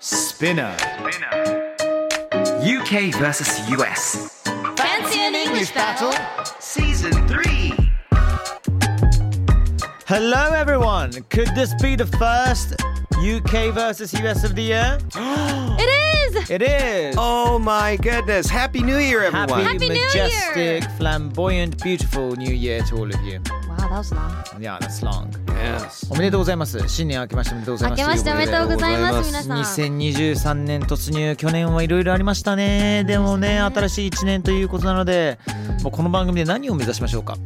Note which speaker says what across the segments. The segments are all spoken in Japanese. Speaker 1: Spinner.
Speaker 2: UK versus US.
Speaker 3: Fancy an English battle?
Speaker 2: Season 3.
Speaker 1: Hello, everyone. Could this be the first UK versus US of the year?
Speaker 3: It is!
Speaker 1: It is.
Speaker 2: Oh my goodness. Happy New Year,
Speaker 1: Happy,
Speaker 2: everyone.
Speaker 3: Happy New Year.
Speaker 1: majestic, flamboyant, beautiful New Year to all of you.
Speaker 3: Wow, that was long.
Speaker 1: Yeah, that's long.
Speaker 2: Yes.
Speaker 1: おめでとうございます。新年明けましておめでとうございま
Speaker 3: 明
Speaker 1: す。
Speaker 3: けましておめでとうございま
Speaker 2: おめ
Speaker 3: す、
Speaker 2: でとうございま
Speaker 3: 皆
Speaker 2: す
Speaker 3: さ
Speaker 1: 2023
Speaker 3: ん。
Speaker 1: 年突入去年はいろいろありましたねでもね新しい1年ということなのでもうこの番組で何を目指しましょうか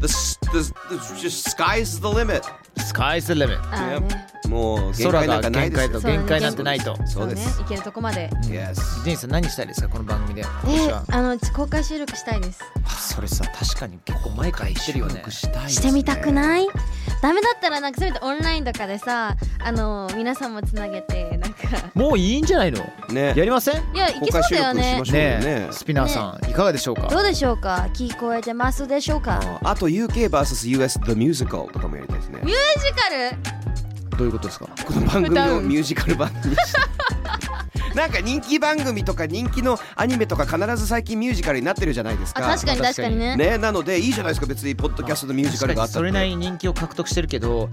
Speaker 2: The, s- the, s- the s- just sky's the limit.
Speaker 1: Sky's the limit
Speaker 3: あーね
Speaker 2: もう
Speaker 1: 空が限界
Speaker 2: 限界なんかないですよ。
Speaker 1: と
Speaker 3: そうね
Speaker 2: そうで
Speaker 1: 限界なんてないと
Speaker 2: す
Speaker 3: ね。いけるとこまで。
Speaker 2: Yes.
Speaker 1: ジェニーさん何したいですかこの番組で
Speaker 3: え
Speaker 1: 私は
Speaker 3: あの、公開収録したいです。
Speaker 1: それさ確かに結構前から言ってるよね
Speaker 3: してみたくないダメだったら、なんかせめてオンラインとかでさ、あの、皆さんもつなげて、なんか。
Speaker 1: もういいんじゃないの
Speaker 2: ね。
Speaker 1: やりませんね
Speaker 3: いや、いけそ
Speaker 2: 公
Speaker 3: うだよ
Speaker 2: 開収録し
Speaker 3: ね
Speaker 2: まし。ょうよね
Speaker 1: スピナーさんいかがでしょうか
Speaker 3: どうでしょうか聞こえてますでしょうか
Speaker 2: あと UK vs US The Musical とかもやりたいですね
Speaker 3: ミュ。ージカル
Speaker 1: どういうことですか
Speaker 2: この番組
Speaker 3: 歌
Speaker 2: を
Speaker 3: う
Speaker 2: ミュージカル版にし て。なんか人気番組とか人気のアニメとか必ず最近ミュージカルになってるじゃないです
Speaker 3: あ、
Speaker 2: か。
Speaker 3: 確かに確かにね。
Speaker 2: ね、なのでいいじゃないですか別にポッドキャストのミュージカルがあった
Speaker 1: そ
Speaker 2: っ
Speaker 1: れ
Speaker 2: て
Speaker 1: なりに人気を獲得してるけど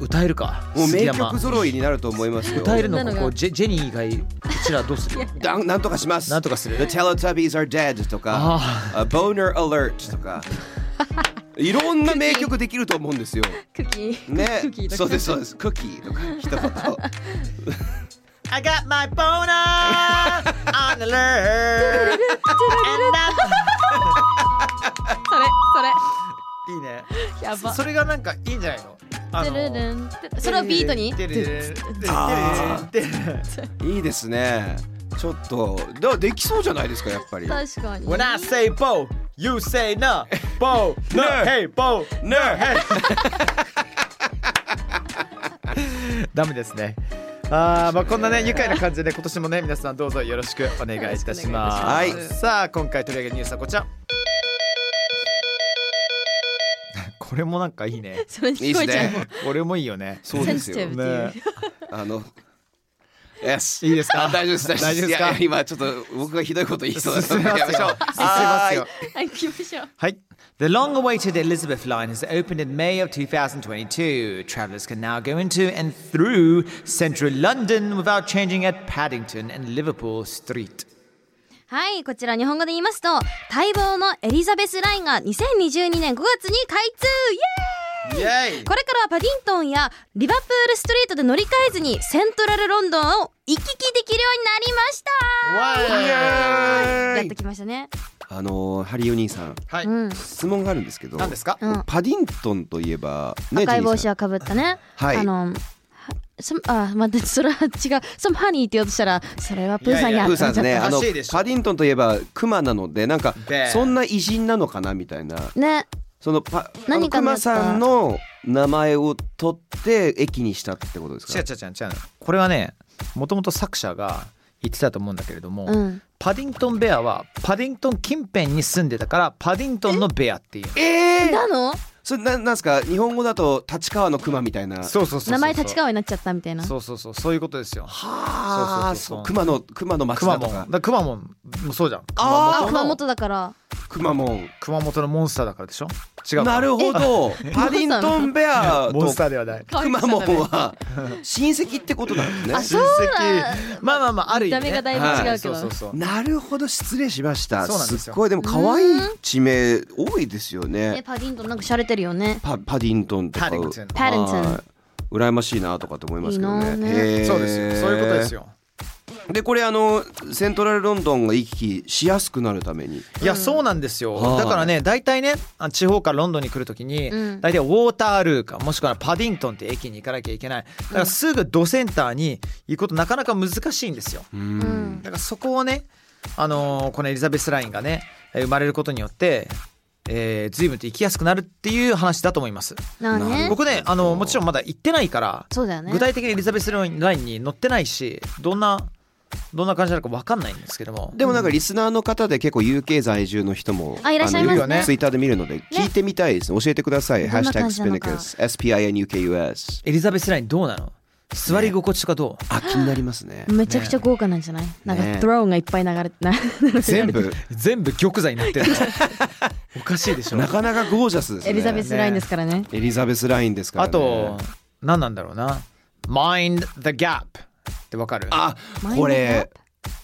Speaker 1: 歌えるか
Speaker 2: もう
Speaker 1: 杉
Speaker 2: 名
Speaker 1: 山
Speaker 2: 曲揃いになると思いますよ
Speaker 1: 歌えるの
Speaker 3: そんな
Speaker 1: こ
Speaker 3: のが
Speaker 1: こジェジェニー以外こちらどうする
Speaker 2: だんなんとかします
Speaker 1: なんとかする
Speaker 2: The Teletubbies are dead とか
Speaker 1: あ
Speaker 2: A Boner Alert と かいろんな名曲できると思うんですよ
Speaker 3: クッキー。
Speaker 2: ね
Speaker 3: クッキーとか
Speaker 2: そうですそうですクッキーとか一言
Speaker 1: I got my boner on alert and I'm-
Speaker 3: それ、
Speaker 1: いいね
Speaker 3: それ。やば。
Speaker 1: それがなんかいいんじゃないのあ
Speaker 3: ル
Speaker 1: の
Speaker 3: ルルンそれをビートに
Speaker 1: テレレレ
Speaker 2: あ
Speaker 1: テレレレテレレ
Speaker 2: いいですねちょっとだできそうじゃないですかやっぱり
Speaker 3: 確かに。
Speaker 1: When I say bo, you say no. Bo, no, hey, bo, no, hey. ダメですね。あーまあこんなね愉快な感じで今年もね皆さんどうぞよろしくお願いいたしま。
Speaker 2: よろしくお願いいたします
Speaker 1: さあ今回取り上げるニュースはこちら。これもなんかいいね。
Speaker 3: それ
Speaker 2: いい
Speaker 3: 聞
Speaker 2: で
Speaker 3: こ
Speaker 2: す
Speaker 3: えちゃうもん
Speaker 2: ね
Speaker 1: これもいいよね。
Speaker 2: そう
Speaker 3: セ
Speaker 2: で
Speaker 3: ン
Speaker 2: す
Speaker 3: シテ
Speaker 2: よ
Speaker 3: ィブってい
Speaker 1: ね、
Speaker 3: う。
Speaker 2: あの Yes
Speaker 1: いいですか
Speaker 2: あ大丈夫です大丈夫
Speaker 1: 大
Speaker 2: で
Speaker 1: 丈夫
Speaker 2: す
Speaker 1: ですか
Speaker 2: いや今ちょっと僕がひどいこと言いそうだった
Speaker 1: 進
Speaker 2: の
Speaker 1: め
Speaker 2: で
Speaker 1: ます
Speaker 2: や
Speaker 1: よ。
Speaker 2: め
Speaker 1: 進
Speaker 2: ましょう
Speaker 1: めますよ
Speaker 2: は。
Speaker 3: はい、行きましょう。
Speaker 1: Hi. The long awaited Elizabeth line has opened in May of 2022. Travelers can now go into and through central London without changing at Paddington and Liverpool Street.
Speaker 3: はい、こちら日本語で言いますと、待望のエリザベスラインが2022年5月に開通イエーイ
Speaker 1: Yay!
Speaker 3: これからはパディントンやリバプールストリートで乗り換えずにセントラルロンドンを行き来できるようになりました
Speaker 2: い
Speaker 3: やってきましたね。
Speaker 2: あのハリーお兄さん
Speaker 1: はい。
Speaker 3: うん。
Speaker 2: 質問があるんですけど
Speaker 1: 何ですか
Speaker 3: うん
Speaker 2: パディントンといえば、ね、
Speaker 3: 赤い帽
Speaker 2: ジェニーさ
Speaker 3: 子
Speaker 2: ん
Speaker 3: はかぶったね。
Speaker 2: はい
Speaker 3: あの、はそあ、待って、それは違う。そのハニーって言おうとしたら、それはプーさ
Speaker 1: いや
Speaker 3: んや。
Speaker 1: いや
Speaker 2: プーさんですね
Speaker 1: あ
Speaker 2: あの
Speaker 1: 正しいでしょ
Speaker 2: パディントンといえばクマなのでなんか
Speaker 1: ベア
Speaker 2: そんな偉人なのかなみたいな
Speaker 3: ね。
Speaker 2: そのパあの
Speaker 3: 何
Speaker 2: ク
Speaker 3: かな
Speaker 2: マ
Speaker 3: った
Speaker 2: さんの名前を取って駅にしたってことです
Speaker 1: 違う
Speaker 2: か
Speaker 1: 違う違う違う。これはね、もともと作者が言ってたと思うんだけれども、
Speaker 3: うん。
Speaker 1: パディントンベアはパディントン近辺に住んでたから、パディントンのベアっていう。
Speaker 2: ええ
Speaker 3: なの
Speaker 2: それななんですか日本語だと立川のクマみたいな
Speaker 1: そうそうそうそう。
Speaker 3: 名前立川になっちゃったみたいな。
Speaker 1: そうそうそう、そういうことですよ。
Speaker 2: はあ
Speaker 1: そうそうそう
Speaker 2: そう熊の熊の町
Speaker 1: くま
Speaker 2: だと
Speaker 1: モン。
Speaker 2: か
Speaker 1: だからくまモンもそうじゃん。
Speaker 2: あ
Speaker 3: あ、
Speaker 2: ー
Speaker 3: 熊本だから。
Speaker 2: 熊門
Speaker 1: 熊本のモンスターだからでしょ違うか
Speaker 2: なるほどパディントンベア
Speaker 1: モン
Speaker 2: と
Speaker 1: スターではない
Speaker 2: くまモンは親戚ってことなんで
Speaker 3: あ、
Speaker 2: す
Speaker 3: そ
Speaker 2: ね
Speaker 3: う
Speaker 1: 親戚まあまあまあある意味、ね、
Speaker 3: 見た目がだいぶ違うけど
Speaker 1: はいそうそうそう
Speaker 2: なるほど失礼しました
Speaker 1: そうなんですよ
Speaker 2: っごいでも可愛い地名多いですよ
Speaker 3: だ。
Speaker 2: ね
Speaker 3: え、パディントンなんか洒落てるよね。
Speaker 2: パパディントンとか
Speaker 1: パディントン
Speaker 3: パディントン
Speaker 2: はい羨ましいなとかと思いますけどね
Speaker 3: いいなあね
Speaker 2: へえ
Speaker 1: そうですよそういうことですよ
Speaker 2: でこれあのセントラルロンドンが行き来しやすくなるために
Speaker 1: いや、そうなんですよ。
Speaker 2: はい
Speaker 1: だからね、大体ね、あ地方からロンドンに来るときに、
Speaker 3: うん
Speaker 1: 大体ウォータールーか、もしくはパディントンって駅に行かなきゃいけない。だからすぐドセンターに行くことなかなか難しいんですよ。
Speaker 2: うん
Speaker 3: うん
Speaker 1: だからそこをね、あのーこのエリザベスラインがね、えー生まれることによって、えー、随分と行きやすくなるっていう話だと思います。
Speaker 3: な
Speaker 2: な
Speaker 3: あ
Speaker 2: る
Speaker 3: ね
Speaker 2: ほど
Speaker 1: 僕ね、あのーもちろんまだ行ってないから、
Speaker 3: そうだよね
Speaker 1: 具体的にエリザベスラインに乗ってないし、どんな、どんな感じなのかわかんないんですけども。
Speaker 2: でもなんかリスナーの方で結構 UK 在住の人も
Speaker 3: あいらっしゃいます
Speaker 1: ね
Speaker 2: あのツイッターで見るので聞いてみたいですね教えてください「ハ
Speaker 3: ど
Speaker 2: ッ
Speaker 3: ん
Speaker 2: シ
Speaker 3: な
Speaker 2: ュタ
Speaker 3: 感
Speaker 2: グ
Speaker 3: じ
Speaker 2: ス
Speaker 3: な
Speaker 2: ピ
Speaker 3: の
Speaker 2: ニク
Speaker 3: か
Speaker 2: ス SPINUKUS
Speaker 1: エリザベスラインどうなの座り心地とかどう、」
Speaker 2: あ気になりますね
Speaker 3: めちゃくちゃ豪華なんじゃないなんか
Speaker 2: ね
Speaker 3: ドローンがいっぱい流れて な
Speaker 2: 全部
Speaker 1: 全部玉座になってる おかしいでしょ
Speaker 2: なかなかゴージャスですね
Speaker 3: エリザベスラインですからね
Speaker 2: エリザベスラインですから、
Speaker 1: あ
Speaker 2: ね、
Speaker 1: と何なんだろうな「Mind the Gap」ってわかる
Speaker 2: あ
Speaker 3: マインド
Speaker 2: こ
Speaker 3: ギャッ
Speaker 2: れ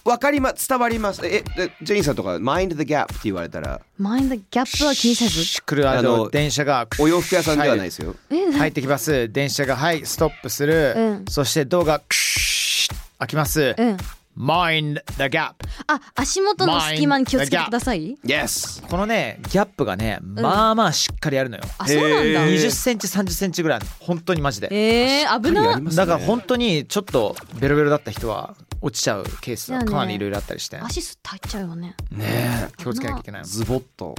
Speaker 2: わかります伝わりますええジェインさんとか「Mind the Gap」って言われたら
Speaker 3: マインドギャップは気にせず
Speaker 1: 来るあの
Speaker 2: あの
Speaker 1: 電車が
Speaker 2: お洋服屋さんではないですよ
Speaker 3: え
Speaker 1: 入ってきます電車がはいストップする、
Speaker 3: うん
Speaker 1: そしてドアがクシュッ開きます
Speaker 3: うん
Speaker 1: Mind the Gap
Speaker 3: あ足元の隙間に気をつけてください
Speaker 2: Yes
Speaker 1: このねギャップがねまあまあしっかりあるのよ、
Speaker 3: あそうなんだ
Speaker 2: へ
Speaker 1: 20センチ30センチぐらいあるの本当にマジで
Speaker 3: えー、危な
Speaker 1: だから本当にちょっとベロベロだった人は落ちちゃうケースが
Speaker 3: だよね
Speaker 1: かなりいろいろあったりして、
Speaker 3: 足すって入っちゃうよね
Speaker 2: ねえ
Speaker 1: 気をつけなきゃいけない
Speaker 2: ズボッと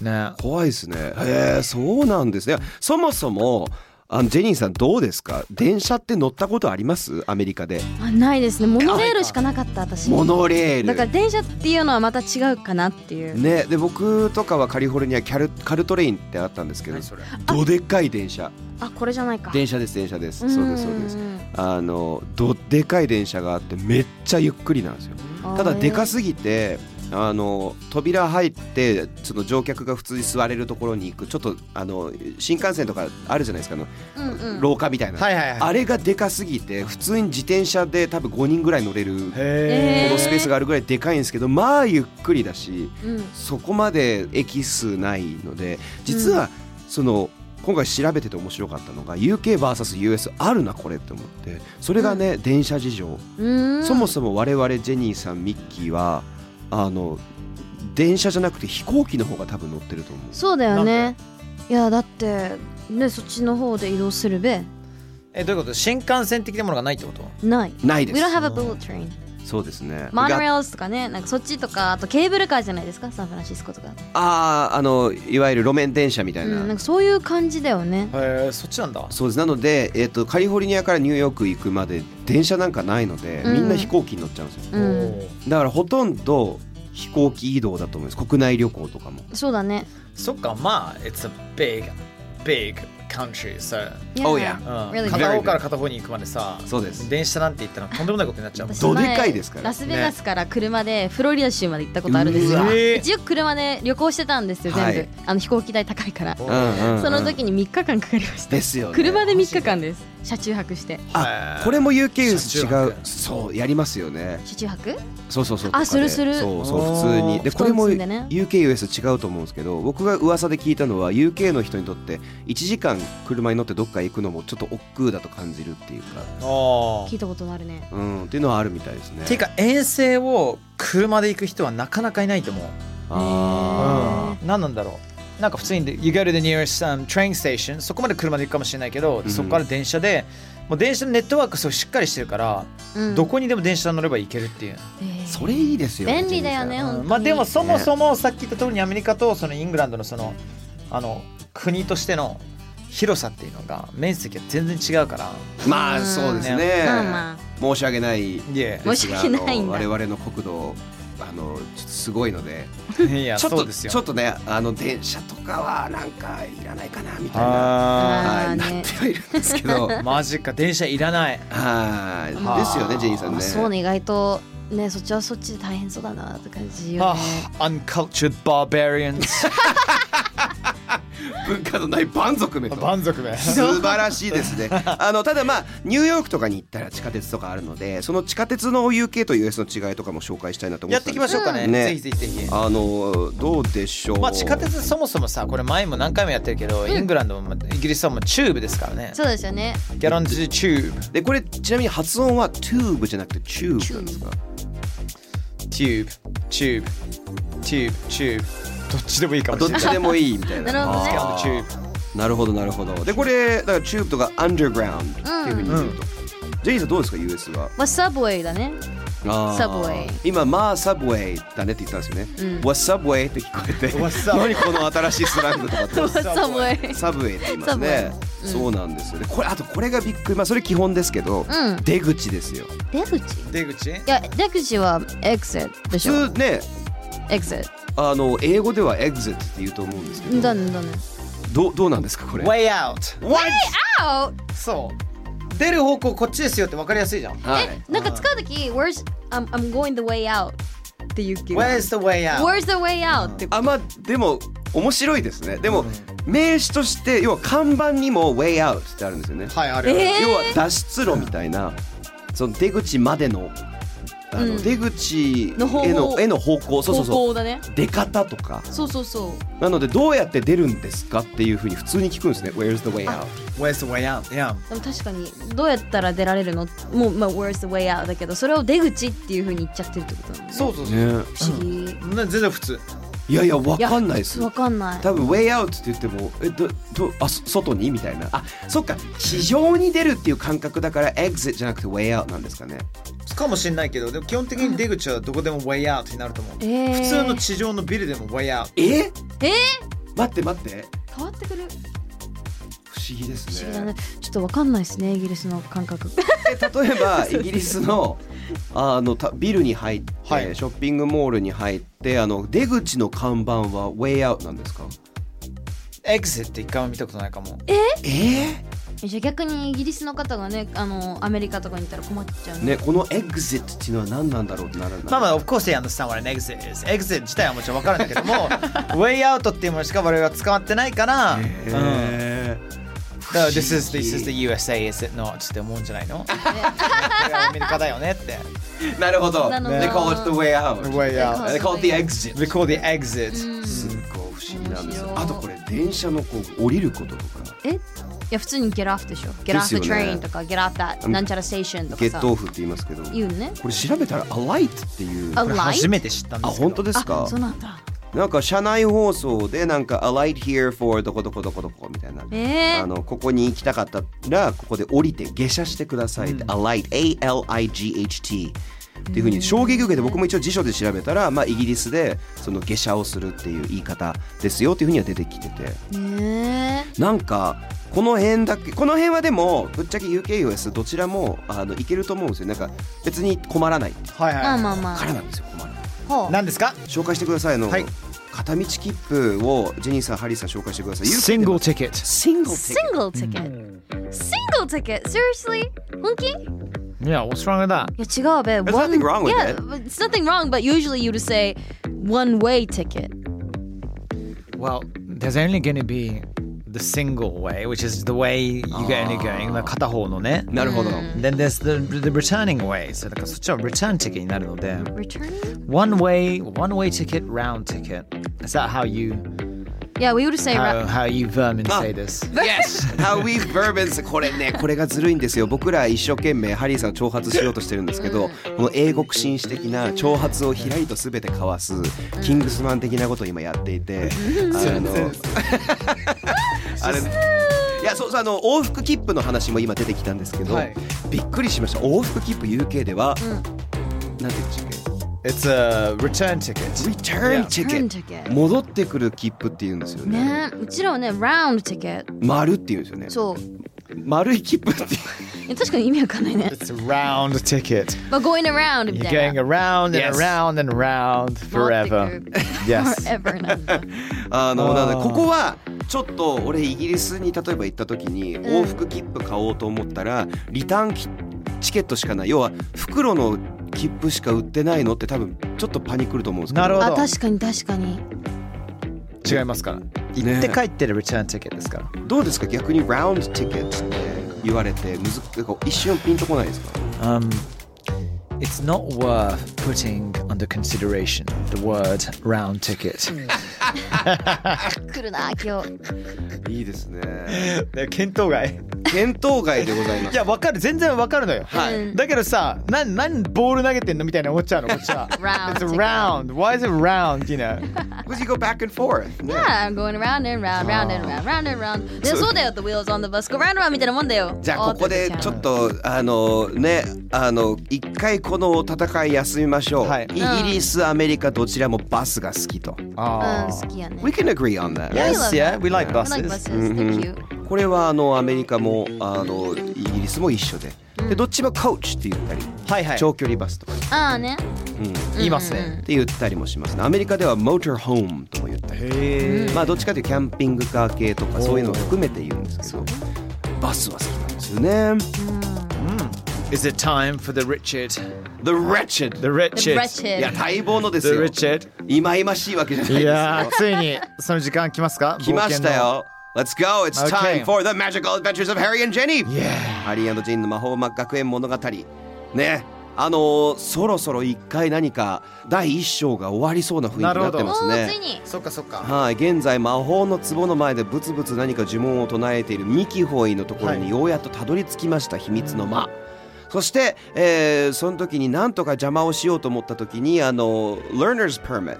Speaker 1: のね
Speaker 2: 怖いですねへえそうなんですねそもそもあのジェニーさんどうですか電車って乗ったことありますアメリカで
Speaker 3: あないですねモノレールしかなかった私
Speaker 2: モノレール
Speaker 3: だから電車っていうのはまた違うかなっていう
Speaker 2: ねで僕とかはカリフォルニアキャルカルトレインってあったんですけど
Speaker 1: 何それ
Speaker 2: どでっかい電車
Speaker 3: あこれじゃないか
Speaker 2: 電車です電車ですそうですそうです
Speaker 3: ん
Speaker 2: あのどでかい電車があってめっちゃゆっくりなんですよただでかすぎてあの扉入ってその乗客が普通に座れるところに行くちょっとあの新幹線とかあるじゃないですかあの、
Speaker 3: うんうん
Speaker 2: 廊下みたいな、
Speaker 1: はいはいはい
Speaker 2: あれがでかすぎて普通に自転車で多分5人ぐらい乗れるこ
Speaker 3: へ
Speaker 2: のスペースがあるぐらいでかいんですけどまあゆっくりだし
Speaker 3: うん
Speaker 2: そこまで駅数ないので実はその、今回調べてて面白かったのが UKVSUS あるなこれって思ってそれがね、電車事情
Speaker 3: うん
Speaker 2: そもそも我々ジェニーさんミッキーはあの電車じゃなくて飛行機の方が多分乗ってると思う
Speaker 3: そうだよ
Speaker 1: な
Speaker 3: ねいやだってねそっちの方で移動するべ
Speaker 1: えどういうこと新幹線的なものがないってこと
Speaker 3: ない
Speaker 2: ないで
Speaker 3: We
Speaker 2: す
Speaker 3: don't have a bullet train
Speaker 2: そうですね
Speaker 3: モノレールとかねなんかそっちとかあとケーブルカーじゃないですかサンフランシスコとか
Speaker 2: あああのいわゆる路面電車みた
Speaker 3: う
Speaker 2: いな、
Speaker 3: んなんかそういう感じだよね
Speaker 1: へえそっちなんだ
Speaker 2: そうですなので、えっとカリフォルニアからニューヨーク行くまで電車なんかないので、
Speaker 3: うん
Speaker 2: みんな飛行機に乗っちゃうんですよ
Speaker 3: うん
Speaker 1: おー
Speaker 2: だからほとんど飛行機移動だと思います国内旅行とかも
Speaker 3: そうだね
Speaker 1: そっかまあ It's a big big country so
Speaker 3: い
Speaker 2: Oh, yeah.
Speaker 1: うん
Speaker 3: Really?
Speaker 1: 片方から片方に行くまでさ
Speaker 2: そうです
Speaker 1: 電車なんて言ったらとんでもないことになっちゃうもん
Speaker 3: 私
Speaker 2: どで
Speaker 3: 前
Speaker 2: かいですから
Speaker 3: ラスベガスから車でフロリダ州まで行ったことあるんですよ
Speaker 2: うわ
Speaker 1: えー
Speaker 3: 一応車で旅行してたんですよ全
Speaker 2: は
Speaker 3: 部
Speaker 2: い
Speaker 3: あの飛行機代高いから
Speaker 1: お
Speaker 2: う
Speaker 1: ー
Speaker 2: んうんうん
Speaker 3: その時に3日間かかりました
Speaker 2: ですよね
Speaker 3: 車で3日間です車中泊して
Speaker 2: あこれも UK
Speaker 1: 車
Speaker 2: 違
Speaker 1: 中
Speaker 2: う
Speaker 1: 泊
Speaker 2: そうやりますよね
Speaker 3: 車中泊
Speaker 2: そうそうそうと
Speaker 3: あ
Speaker 2: かです
Speaker 3: るする
Speaker 2: そうそう
Speaker 1: お
Speaker 2: 普
Speaker 1: ー
Speaker 2: 通にで
Speaker 3: 布
Speaker 2: これ
Speaker 3: 団
Speaker 2: も
Speaker 3: 積んでね
Speaker 2: UKUS 違うと思うんですけど僕が噂で聞いたのは UK の人にとって1時間車に乗ってどっか行くのもちょっと億劫だと感じるっていうか、
Speaker 1: あ
Speaker 3: 聞いたことあるね
Speaker 2: うん、っていうのはあるみたいですね
Speaker 1: ーていうか遠征を車で行く人はなかなかいないと思う
Speaker 2: あ
Speaker 1: うん何なんだろうなんか普通にで You go to the nearest、um, train station そこまで車で行くかもしれないけど、
Speaker 2: うん
Speaker 1: そこから電車でもう電車のネットワークそうしっかりしてるから、
Speaker 3: うん
Speaker 1: どこにでも電車乗れば行けるっていう、
Speaker 3: えー
Speaker 2: ーそれいいですよ
Speaker 3: 便利だよね
Speaker 2: ジェニーさん
Speaker 3: 本当に
Speaker 1: まあでもそもそもさっき言った通りにアメリカとそのイングランドのそのあの国としての広さっていうのが面積が全然違うから
Speaker 2: まあそうですね
Speaker 3: まあまあ
Speaker 2: 申し訳ない
Speaker 1: いや
Speaker 3: 申し訳ないんだ
Speaker 2: ですがあの我々の国土あのちょっとすごいので
Speaker 1: いや
Speaker 2: ちょっ
Speaker 1: そ
Speaker 2: と
Speaker 1: うですよ
Speaker 2: ちょっとねあの電車とかはなんかいらないかなみたいな
Speaker 1: あ
Speaker 2: は
Speaker 3: あー
Speaker 2: い
Speaker 3: ね
Speaker 2: なってはいるんですけど
Speaker 1: ーマジか電車いらない
Speaker 2: はい
Speaker 3: まあ
Speaker 2: ですよねジェニーさん
Speaker 3: まあ
Speaker 2: ね
Speaker 3: そうね意外とねそっちはそっちで大変そうだなって感じよ
Speaker 1: あ
Speaker 3: ね
Speaker 1: あ uncultured barbarians
Speaker 2: 文化のない蛮族めと
Speaker 4: 満足め
Speaker 2: 素晴らしい ですねあのただまあニューヨークとかに行ったら地下鉄とかあるのでその地下鉄の UK と US の違いとかも紹介したいなと思
Speaker 1: や
Speaker 2: っ
Speaker 1: って
Speaker 2: た
Speaker 1: てい
Speaker 2: ん
Speaker 1: き
Speaker 2: で
Speaker 1: ますしょうかね
Speaker 2: ね
Speaker 1: ぜひぜひぜひ
Speaker 2: あのどうでしょう、
Speaker 1: まあ地下鉄そもそもさこれ前も何回もやってるけど、イングランドもイギリスはもうチューブですからね
Speaker 3: そうですよね
Speaker 1: ギャランジチューブ
Speaker 2: でこれちなみに発音はチューブじゃなくてチューブなんですか
Speaker 1: チューブチューブチューブチューブどっちでもいいか
Speaker 2: あ
Speaker 1: も
Speaker 2: どっ
Speaker 1: しれない
Speaker 2: ちでもいいみたいな
Speaker 3: なるほどね
Speaker 2: あ
Speaker 1: チューブ
Speaker 2: ーなるほどなるほどでこれだからチューブとかアンダーグラウンドっていうふうに言うと、ジェイさんどうですか US は
Speaker 3: まあサブウェイだね
Speaker 2: あー
Speaker 3: Subway
Speaker 2: 今まあサブウェイだねって言ったんですよね、
Speaker 3: うん
Speaker 2: What's Subway って聞こえて
Speaker 4: What's up？
Speaker 2: 何この新しいスラングとかって
Speaker 3: サブウェイ
Speaker 2: サブウェイって言いますね、
Speaker 3: Subway うん
Speaker 2: そうなんですよねこれあとこれがびっくりまあそれ基本ですけど、
Speaker 3: うん
Speaker 2: 出口ですよ
Speaker 3: 出口い
Speaker 1: 出口
Speaker 3: や出口はエクセットでしょ
Speaker 2: 普通ね
Speaker 3: エクセット
Speaker 2: あの英語では exit って言うと思うんですけど
Speaker 3: だねだね
Speaker 2: どうどうなんですかこれ
Speaker 1: Way out
Speaker 2: What?
Speaker 3: あ
Speaker 1: そう出る方向こっちですよって分かりやすいじゃん
Speaker 2: はい
Speaker 3: おなんか使うとき Where's I'm, I'm going the way out っていう気が
Speaker 1: Where's the way out?
Speaker 3: Where's the way out って
Speaker 2: あまあでも面白いですねでも、名詞として要は看板にも way out ってあるんですよね、
Speaker 1: はいある
Speaker 3: え
Speaker 2: 要は脱出路みたいなその出口までのあの、
Speaker 3: うん
Speaker 2: 出口へ
Speaker 3: の方
Speaker 2: の
Speaker 3: 法
Speaker 2: への方向そうそう
Speaker 3: 方
Speaker 2: そう
Speaker 3: 向だね
Speaker 2: 出方とか
Speaker 3: そうそうそう
Speaker 2: なのでどうやって出るんですかっていうふうに普通に聞くんですね Where's the way out?
Speaker 1: Where's the way out? Yeah
Speaker 3: でも確かにどうやったら出られるのもう、まあ、Where's the way out だけどそれを出口っていうふうに言っちゃってるってことなのね
Speaker 1: そうそうそう
Speaker 2: ね
Speaker 3: 不思議、い
Speaker 1: な全然普通
Speaker 2: いやいやわかんないです
Speaker 3: わかんない
Speaker 2: 多分 way out って言ってもえどどあそ外にみたいなあそっか地上に出るっていう感覚だから exit じゃなくて way out なんですかね
Speaker 1: かもしれないけどでも基本的に出口はどこでも way out になると思う、
Speaker 3: えー
Speaker 1: 普通の地上のビルでも way out
Speaker 2: ええ
Speaker 3: え
Speaker 2: 待って待って
Speaker 3: ー、変わってくる
Speaker 2: 不思議です
Speaker 3: 不思議だねちょっとわかんないですねイギリスの感覚
Speaker 2: で例えばイギリスのあのたビルに入って、
Speaker 1: はい
Speaker 2: ショッピングモールに入ってあの出口の看板は way out なんですか
Speaker 1: exit って一回も見たことないかも
Speaker 2: え
Speaker 3: じゃあ逆にイギリスの方がねあのアメリカとかに行ったら困っちゃう
Speaker 2: ー、ねこの exit っていうのは何なんだろうってなるんだ
Speaker 1: まあまあ、of course they understand what an exit is. Exit 自体はもちろん分かるんだけども、way out っていうものしか我々は使ってないから、うん、だから this is, this is the USA, is it not? って思うんじゃないのこれはアメリカだよねって。
Speaker 2: なるほど
Speaker 3: なの
Speaker 2: They call it the way out
Speaker 1: way out.
Speaker 2: They call it the exit
Speaker 1: We call the exit.
Speaker 2: すっごい不思議なんですよ
Speaker 3: 面白い
Speaker 2: あとこれ電車のこう降りることとか
Speaker 3: えいや普通にゲラフでしょゲラ
Speaker 2: で
Speaker 3: フ
Speaker 2: す
Speaker 3: the
Speaker 2: よね
Speaker 3: train とかゲラフ that なんちゃら station と
Speaker 2: ゲ
Speaker 3: か
Speaker 2: ッ
Speaker 3: さ
Speaker 2: トオフって言いますけど
Speaker 3: 言うね
Speaker 2: これ調べたら a light っていう
Speaker 3: あ
Speaker 2: あ
Speaker 1: これ
Speaker 3: light？
Speaker 1: 初めて知ったんですけど。
Speaker 2: 本当ですか
Speaker 3: あそうなんだ
Speaker 2: なんか車内放送でなんか「A light here for どこどこどこどこ」みたいな、
Speaker 3: えー
Speaker 2: あのここに行きたかったらここで降りて下車してくださいって「A light ALIGHT」っていうふうに衝撃受けて僕も一応辞書で調べたら、まあ、イギリスでその下車をするっていう言い方ですよっていうふうには出てきてて
Speaker 3: ね
Speaker 2: なんかこの辺だけこの辺はでもぶっちゃけ UKUS どちらもあのいけると思うんですよなんか別に困らない
Speaker 1: はい
Speaker 3: まあ
Speaker 1: は
Speaker 3: まあま
Speaker 2: からなんですよ困らない
Speaker 3: あほ
Speaker 1: い。
Speaker 3: う
Speaker 1: 何ですか
Speaker 2: 紹介してくださいあの、
Speaker 1: はい
Speaker 2: 片道切符をジェニーさんハリーさん紹介してください
Speaker 1: Single
Speaker 2: チ
Speaker 1: ticket.
Speaker 2: シングルチ
Speaker 3: single ticket single ticket seriously 本気
Speaker 1: Yeah, what's wrong with that?
Speaker 3: いや違うべ。There's
Speaker 2: nothing wrong with
Speaker 3: yeah,
Speaker 2: it.
Speaker 3: but It's nothing wrong, but usually you'd say one way ticket.
Speaker 1: Well, there's only going to be the single way, which is the way you get only going, まあ片方のね。
Speaker 2: なるほど、
Speaker 1: Mm. Then there's the, the returning way. そうだからそっちは return ticket になるので。
Speaker 3: Returning?
Speaker 1: One way, one way ticket, round ticket. Is that how you
Speaker 3: Yeah, we would say
Speaker 1: how,
Speaker 3: ra-
Speaker 1: how you vermin
Speaker 2: Ah.
Speaker 1: say this?
Speaker 2: Yes! How we verbans これねこれがずるいんですよ僕ら一生懸命ハリーさんを挑発しようとしてるんですけどこの英国紳士的な挑発をひらりと全てかわすキングスマン的なことを今やっていてあの あれいやそうそうあの往復切符の話も今出てきたんですけど、
Speaker 1: はい
Speaker 2: びっくりしました往復切符 UK では、なんて言うんでしたっけ
Speaker 1: It's a return ticket.
Speaker 2: Return
Speaker 3: return
Speaker 2: ticket
Speaker 3: ticket.
Speaker 2: 戻ってくる切符って言うんですよね
Speaker 3: ねうちらはね、round ticket。
Speaker 2: 丸って言うんですよね
Speaker 3: そう。
Speaker 2: 丸い切符って
Speaker 3: いや確かに意味わかんないね。
Speaker 1: It's a round ticket.
Speaker 3: まあ、going around み
Speaker 1: You're
Speaker 3: た
Speaker 1: going
Speaker 3: いな。
Speaker 1: around and
Speaker 2: Yes.
Speaker 1: around and around
Speaker 3: 回
Speaker 1: forever.
Speaker 3: ってくる
Speaker 1: Yes.
Speaker 3: Forever なんだ。
Speaker 2: あのな
Speaker 1: あー
Speaker 2: のでここはちょっと俺イギリスに例えば行った時に往復切符買おうと思ったらリターンきチケットしかない要は袋の切符しか売ってないのって多分ちょっとパニックると思うんですけど
Speaker 1: なるほど
Speaker 3: あ、確かに確かに。
Speaker 1: 違いますから。行って帰ってるリターンティケットですから。
Speaker 2: どうですか逆にラウンドティケットって言われてむずなんか一瞬ピンとこないですか
Speaker 1: Um, it's not worth putting under consideration the word round ticket.
Speaker 3: 来るな今日
Speaker 2: いいですね
Speaker 1: ね検討外。
Speaker 2: 検討外でございま
Speaker 1: い
Speaker 2: す
Speaker 1: や、わかる。全然わかるのよ。
Speaker 3: うん
Speaker 1: だけどさ、なん、なんボール投げてんのみたいな思っちゃうの、こっちは。
Speaker 3: Round
Speaker 1: It's round. Why is it round? You know.
Speaker 2: Because you go back and forth
Speaker 3: Yeah, I'm going round and round, round and round, round and round. で、そうだよ、The wheels on the bus go round and round みたいなもんだよ。
Speaker 2: じゃあここでちょっとあのねあの一回この戦い休みましょう、
Speaker 1: はい
Speaker 2: イギリスアメリカどちらもバスが好きと
Speaker 3: うん、
Speaker 1: あ
Speaker 3: 好きやね。
Speaker 2: We can agree on that
Speaker 1: Yes,
Speaker 3: I love
Speaker 1: yeah, we like
Speaker 3: I like
Speaker 1: buses. Mm-hmm.
Speaker 3: buses, they're cute.
Speaker 2: これはあのアメリカもあのイギリスも一緒ででどっちもコーチって言ったり
Speaker 1: はいはい。
Speaker 2: 長距離バスとか、
Speaker 3: ああね。
Speaker 2: うん、っ
Speaker 1: 言いますね。
Speaker 2: て言ったりもしますねアメリカではモーターホームとも言ったり
Speaker 1: へ
Speaker 2: まあどっちかというとキャンピングカー系とかそういうのを含めて言うんですけどバスは好きなんですよね
Speaker 1: Is it time for the Richard?
Speaker 2: The Wretched
Speaker 1: The Richard.
Speaker 3: Wretched
Speaker 2: いや待望のです
Speaker 1: The
Speaker 2: よ
Speaker 1: Richard.
Speaker 2: 忌々しいわけじゃないです
Speaker 1: い
Speaker 2: よ
Speaker 1: や ー、ついにその時間来ますか
Speaker 2: 来ました。よ Let's go! It's
Speaker 1: Okay.
Speaker 2: time for the magical adventures of Harry and Jenny!
Speaker 1: 冒険の Yeah.
Speaker 2: ハリージェンの魔法学園物語ねあのーそろそろ一回何か第一章が終わりそうな雰囲気に
Speaker 1: なる
Speaker 2: な
Speaker 1: ほ
Speaker 2: っ
Speaker 1: ど
Speaker 2: て
Speaker 3: お
Speaker 2: ます
Speaker 3: ー、つ
Speaker 2: ね
Speaker 3: いに。
Speaker 1: そっかそっか。
Speaker 2: はい、現在魔法の壺の前でブツブツ何か呪文を唱えているミキホイのところ
Speaker 1: は
Speaker 2: に
Speaker 1: い
Speaker 2: ようやっとたどり着きました秘密の間、そして、えーその時に何とか邪魔をしようと思った時にあの Learner's Permit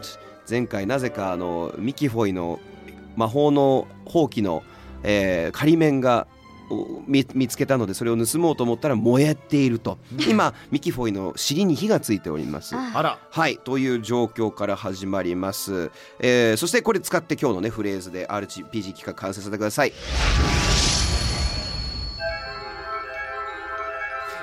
Speaker 2: 前回なぜかあのミキホイの魔法の放棄の、えー仮面がお見見つけたのでそれを盗もうと思ったら燃えていると今ミキホイの尻に火がついております
Speaker 1: あら。
Speaker 2: はいという状況から始まります、えーそしてこれ使って今日のねフレーズで RPG 企画完成させてください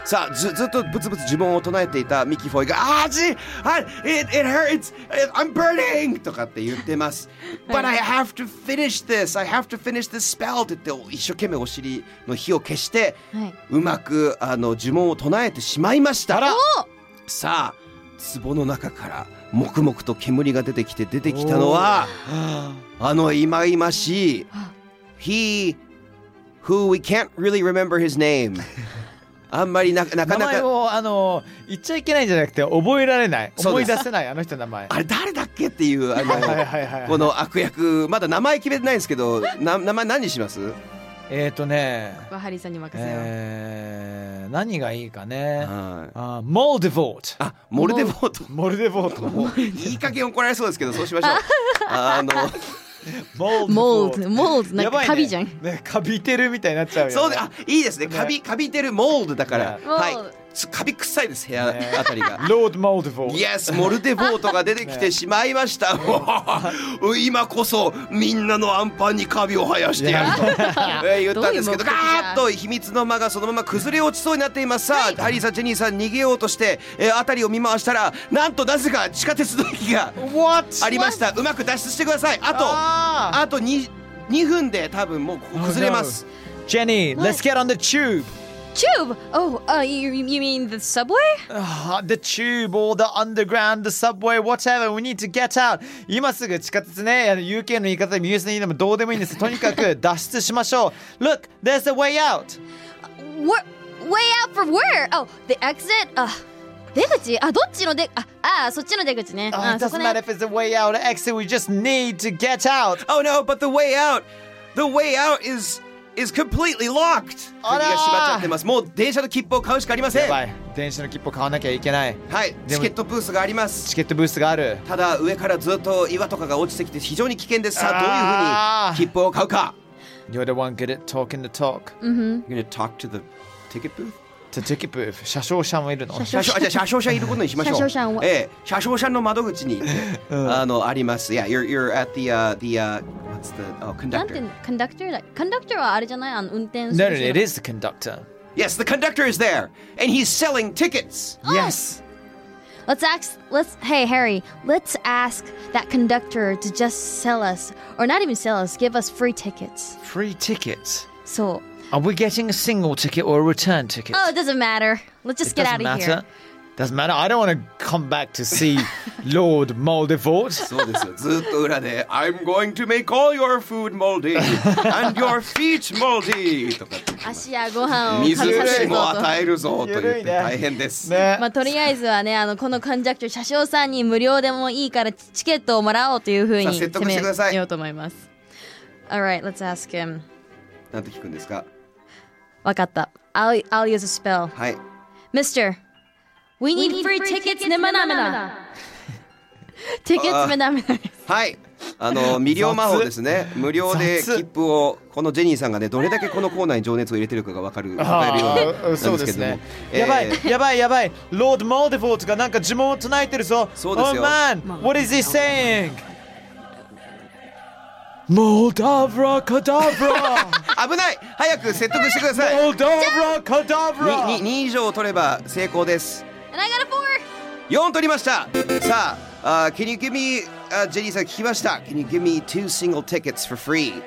Speaker 2: さあずずっとブツブツ呪文を唱えていたミキフォイが「あーじあ it, it hurts! It- I'm burning!」とかって言ってます「But I have to finish this! I have to finish this spell!」って言って一生懸命お尻の火を消して、
Speaker 3: はいう
Speaker 2: まくあの呪文を唱えてしまいましたさあ壺の中からもくもくと煙が出てきて出てきたのはあの忌々しい He who we can't really remember his name あんまりななかな
Speaker 1: 名前
Speaker 2: か
Speaker 1: をあの言っちゃいけないんじゃなくて覚えられない
Speaker 2: そう
Speaker 1: 思
Speaker 2: で
Speaker 1: い
Speaker 2: す
Speaker 1: 出せないあの人の 名前
Speaker 2: あれ誰だっけっていうあ
Speaker 1: はいはい
Speaker 2: の
Speaker 1: はいはい
Speaker 2: この悪役まだ名前決めてないんですけどな名前何にします
Speaker 1: えっ、ー、とね
Speaker 3: これハリーさんに任せよう。
Speaker 1: えー、何がいいかね
Speaker 2: はい
Speaker 1: あモルデヴォート
Speaker 2: あモルデボート
Speaker 1: モルデヴォート モ
Speaker 2: いい加減怒られそうですけどそうし ましょうあの
Speaker 1: ルデ
Speaker 3: モ
Speaker 1: ヴォ
Speaker 3: ー
Speaker 1: ー
Speaker 3: ル、
Speaker 1: ト
Speaker 3: モール、なん
Speaker 1: やば
Speaker 3: か
Speaker 1: いね
Speaker 3: カビじゃん。
Speaker 1: ねカビてるみたいになっちゃうよ、ね、
Speaker 2: そうであいいですねカビカビてるモールだから、
Speaker 1: ね
Speaker 2: はい
Speaker 3: モール
Speaker 2: すカビ臭いです部屋
Speaker 1: ね
Speaker 2: あたり が。
Speaker 1: ロードモルデヴォー
Speaker 2: イエスモルデボートが出てきてしまいました もう今こそみんなのアンパンにカビを生やしてやると、えー言ったんですけどガ
Speaker 3: どういう目的じゃ
Speaker 2: ーッと秘密の間がそのまま崩れ落ちそうになっていますさあ、ハリーさんジェニーさん逃げようとして、えー、辺りを見回したらなんとなぜか地下鉄の駅が
Speaker 1: ト What?
Speaker 2: ありましたうまく脱出してくださいあとあ
Speaker 1: あ
Speaker 2: と 2, 2分で多分もうここ崩れます、
Speaker 1: ジェニー Let's get on the tube
Speaker 3: チューブ Oh, uh, you, you mean the subway?
Speaker 1: Ah, the tube or the underground, the subway, whatever, we need to get out. 今すぐ地下鉄ね、あの UK の言い方でも US の言い方でもどうでもいいんです。とにかく脱出しましょう。Look, there's a way out.
Speaker 3: Where, way out from where? Oh, the exit? Ah, あ、出口あ、どっちの出、あ、あ、そっちの出口ね。
Speaker 1: Oh,
Speaker 3: あ、
Speaker 1: it
Speaker 3: そこ
Speaker 1: doesn't
Speaker 3: ね
Speaker 1: matter。if it's a way out or exit, we just need to get out.
Speaker 2: Oh no, but the way out, the way out is is completely locked. 鍵が閉まっ
Speaker 1: あらー
Speaker 2: ちゃってます。もう電車の切符を買うしかありませ
Speaker 1: や
Speaker 2: ん。
Speaker 1: ば、
Speaker 2: はい
Speaker 1: 電車の切符買わなきゃいけない。
Speaker 2: い、
Speaker 1: で
Speaker 2: チ
Speaker 1: も
Speaker 2: ケットブースがあります。
Speaker 1: チケットブースがある。
Speaker 2: ただ上からずっと岩とかが落ちてきて非常に危険です。さあ
Speaker 1: あ
Speaker 2: どういうふ
Speaker 1: ー
Speaker 2: うに切符を買うか。
Speaker 1: You're the one good at talking the talk.
Speaker 2: You're gonna talk to the ticket booth.
Speaker 1: と、チケットブース、車掌車もいるの。
Speaker 2: 車掌あじゃあ車掌車いることにしましょう。
Speaker 3: 車掌 車を
Speaker 2: ええ、車掌車の窓口に行 って、あのあります。Yeah, you're you're at the、uh, the、uh, what's the oh
Speaker 3: なんてい
Speaker 2: conductor.
Speaker 3: うのコンダクターだ。コンダクターはあれじゃないあの、運転
Speaker 1: No,
Speaker 3: す
Speaker 1: no,
Speaker 3: る
Speaker 1: no,
Speaker 3: 人
Speaker 1: it is the conductor.
Speaker 2: Yes, the conductor is there and he's selling tickets.
Speaker 1: Oh, Yes.
Speaker 3: Let's ask, let's, hey, Harry, let's ask that conductor to just sell us, or not even sell us, give us free tickets.
Speaker 1: Free tickets.
Speaker 3: そう。
Speaker 1: Are we getting a single ticket or a return ticket?
Speaker 3: Oh, it doesn't matter. Let's just
Speaker 1: It
Speaker 3: get out
Speaker 1: doesn't
Speaker 3: of here.
Speaker 1: matter. Doesn't matter. I don't want to come back to see Lord Moldivort.
Speaker 2: そうですよずっと裏で「I'm going to make all your food moldy and your feet moldy」とかって
Speaker 3: 足やご飯を食べさ
Speaker 2: 水
Speaker 3: せ
Speaker 2: 虫
Speaker 3: るぞ
Speaker 2: も
Speaker 3: と。
Speaker 2: 与えるぞと言っ
Speaker 1: 緩
Speaker 2: て
Speaker 1: いね
Speaker 2: 大変です、
Speaker 1: ね。
Speaker 3: まあ、とりあえずはね、あの、このコンジャクター、車掌さんに無料でもいいからチケットをもらおうというふう
Speaker 2: さ
Speaker 3: に
Speaker 2: あ説得してください
Speaker 3: 攻めようと思います。Alright, let's ask him.
Speaker 2: なんて聞くんですか
Speaker 3: わかった。I'll, I'll use a spell.
Speaker 2: はい
Speaker 3: Mr. We need free tickets, nemanamana. Tickets,
Speaker 2: あ
Speaker 3: nemanamana.
Speaker 2: はいあの未了魔法ですね無料で
Speaker 1: 雑
Speaker 2: 切符をこのジェニーさんがねどれだけこのコーナーに情熱を入れてるかが分かる分かるようになんですけ
Speaker 1: そ
Speaker 2: ど
Speaker 1: うですね
Speaker 2: も。えー
Speaker 1: やばい、やばい、やばい。ロード・モーディフォートがなんか呪文を唱えてるぞ。
Speaker 2: そうですよ
Speaker 1: Oh man, what is he saying? モーダブラ・カダブラ
Speaker 2: 危ない早く説得してください
Speaker 1: モーダブラ・カダブラ
Speaker 2: にに2以上取れば成功です
Speaker 3: And I got a four!
Speaker 2: 4取りましたさあ、あー Can you give me、あジェニーさん聞きました Can you give me two single tickets for free?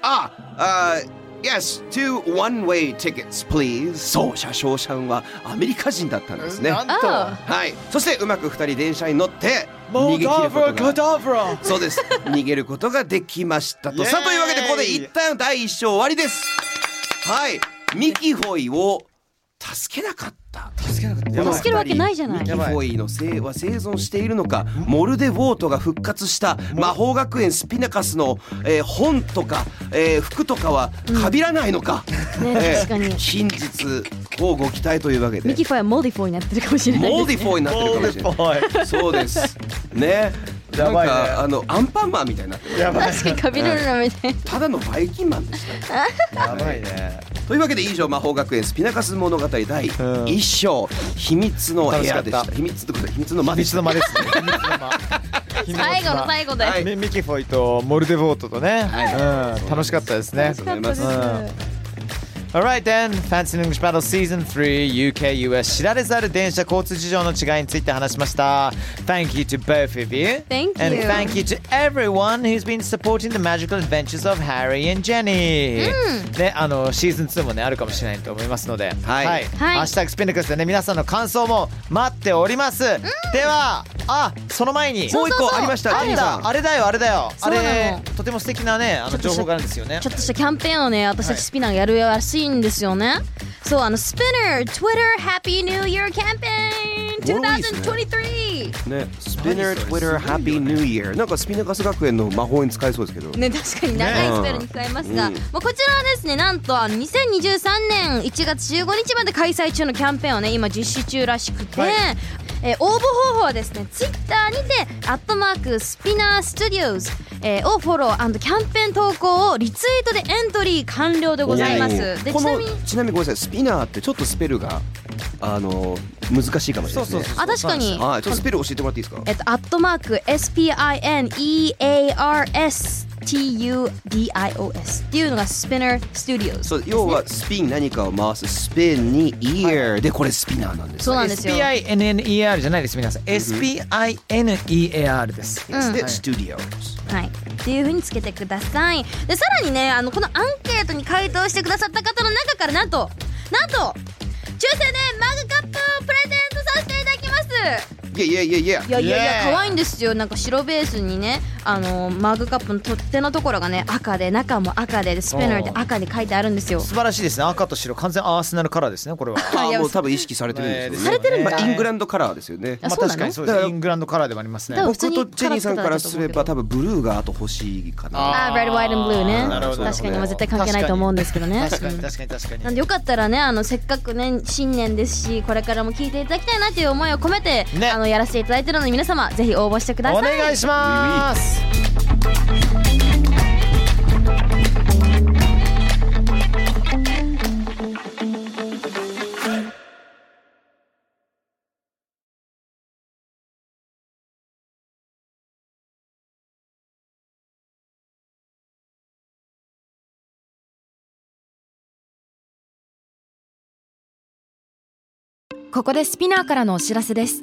Speaker 2: あ、あー Yes, two one-way tickets, please. そう、車掌さんはアメリカ人だったん
Speaker 3: Oh.
Speaker 2: ですね。
Speaker 1: なんと。
Speaker 2: はい、そしてうまく二人電車に乗って逃
Speaker 1: モ
Speaker 2: げ
Speaker 1: ー
Speaker 2: 切
Speaker 1: ダ
Speaker 2: る
Speaker 1: ブラ・
Speaker 2: こ
Speaker 1: カ
Speaker 2: とが
Speaker 1: ダブラ
Speaker 2: そう です逃げることができました
Speaker 1: イエ
Speaker 2: と
Speaker 1: ーイ
Speaker 2: さあというわけでここで一旦第一章終わりですはいミキホイを助けなかった
Speaker 1: 助けなかった。
Speaker 3: 助けるわけないじゃない
Speaker 2: ミキホイの生は生存しているのかモルデ・ウォートが復活した魔法学園スピナカスの、えー本とか、えー服とかはかびらないのか、
Speaker 3: ね
Speaker 2: えー
Speaker 3: 確かに
Speaker 2: 近日乞うご期待というわけで
Speaker 3: ミキファイはモーディフォーになってるかもしれないです、ね。
Speaker 2: モーディフォイになってるかもしれない
Speaker 1: モーディフォイ
Speaker 2: そうですねな
Speaker 1: や
Speaker 2: ん
Speaker 1: ばいね
Speaker 2: かあのアンパンマンみたいになってる
Speaker 1: やばい。
Speaker 3: 確かにカビルルラみ たいな。
Speaker 2: ただのバイキンマンでした
Speaker 1: やばいね。
Speaker 2: というわけで以上魔法学園スピナカス物語第1章秘密の部屋でした
Speaker 1: 楽しかった
Speaker 2: 秘密ってことは秘密の間で
Speaker 1: 秘
Speaker 2: し
Speaker 1: 密
Speaker 2: た
Speaker 1: の間ですね。
Speaker 3: 最後の最後で。
Speaker 2: はい
Speaker 1: ミミキフォイとモルデボートとね、うん、楽しかったですね。
Speaker 2: ありがとうございます
Speaker 1: Alright then, Fancy in English Battle Season 3 UK US 知られざる電車交通事情の違いについて話しました。Thank you to both of you.
Speaker 3: Thank
Speaker 1: And
Speaker 3: you.
Speaker 1: thank you to everyone who's been supporting the magical adventures of Harry and Jenny. ね、あの、シーズン2もね、あるかもしれないと思いますの
Speaker 2: は
Speaker 1: で、
Speaker 2: い
Speaker 1: はい。
Speaker 3: はい
Speaker 1: ハッシュタグスピンデックスでね、皆さんの感想も待っております。では、あ、その前に。
Speaker 2: もう一個ありまし
Speaker 1: あ
Speaker 2: たジェニ
Speaker 1: っ
Speaker 2: ーさん
Speaker 1: たあれだよあれだよ
Speaker 3: そ
Speaker 1: あ
Speaker 3: うなの
Speaker 1: れとても素敵なねあの
Speaker 3: ち
Speaker 1: 情
Speaker 3: ょっとした
Speaker 1: 報があるんですよね
Speaker 3: ちょっとしたキャンペーンをね、私たちスピナーがやるらしいんですよね。そう、あの、スピナー、Twitter Happy New Year キャンペーン
Speaker 2: これもいいですね
Speaker 3: 2023!
Speaker 2: ね、スピナー、Twitter、Happy New Year なんかスピナカス学園の魔法に使えそうですけど
Speaker 3: ね、確かに長いスペルに使えますが、
Speaker 2: ね
Speaker 3: まあ、こちらはですねなんとあの2023年1月15日まで開催中のキャンペーンをね今実施中らしくて、
Speaker 1: はい
Speaker 3: えー応募方法はですねツイッターにて「アットマークスピナースタジオズ」えーをフォローキャンペーン投稿をリツイートでエントリー完了でございます
Speaker 2: おー
Speaker 3: で
Speaker 2: こ
Speaker 3: ちな
Speaker 2: の
Speaker 3: みに
Speaker 2: ちなみにごめんなさいスピナーってちょっとスペルがあの難しいかもしれないですね
Speaker 3: あ確かに
Speaker 2: はい、ちょっとスペル教えてもらっていいですか
Speaker 3: えっと、アットマーク SPINEARSTUDIOS っていうのが Spinner Studios
Speaker 2: そう要はスピン何かを回すスピンにイヤーでこれスピナーなんです
Speaker 3: そうなんですよ
Speaker 1: SPINNER じゃないです皆さん SPINEAR です
Speaker 2: なんでスタジオ
Speaker 3: はい、っていうふうにつけてくださいでさらにねあのこのアンケートに回答してくださった方の中からなんとなんと抽選でマグカップをプレゼントさせていただきます
Speaker 2: いやいやいやいや
Speaker 3: いやいやいや
Speaker 1: Yeah
Speaker 3: 可愛いんですよなんか白ベースにねあのマグカップの取っ手のところがね赤で中も赤ででスペナーで赤で書いてあるんですよ
Speaker 1: 素晴らしいですね赤と白完全アーセナルカラーですねこれは
Speaker 2: あ
Speaker 3: いや
Speaker 2: もう多分意識されてるんですよね
Speaker 1: されてるんだ
Speaker 2: まあイングランドカラーですよね
Speaker 3: あ
Speaker 1: まあ
Speaker 3: そうな
Speaker 1: 確
Speaker 3: の
Speaker 1: かにそうです
Speaker 2: だから
Speaker 1: イングランドカラーでもありますね
Speaker 3: だから
Speaker 2: 僕
Speaker 3: 普通に
Speaker 2: とジェニーさんからすれば多分ブルーがあと欲しいかな
Speaker 3: あー、Red, White and Blue ね
Speaker 2: なるほど
Speaker 3: 確かにまあ絶対関係ないと思うんですけどね
Speaker 1: 確かに確かに確かに
Speaker 3: なんでよかったらねあのせっかくね新年ですしこれからも聞いていただきたいなという思いを込めて、
Speaker 1: ね
Speaker 3: あのやらせていただいてるので皆様ぜひ応募してください
Speaker 1: お願いします
Speaker 5: ここでスピナーからのお知らせです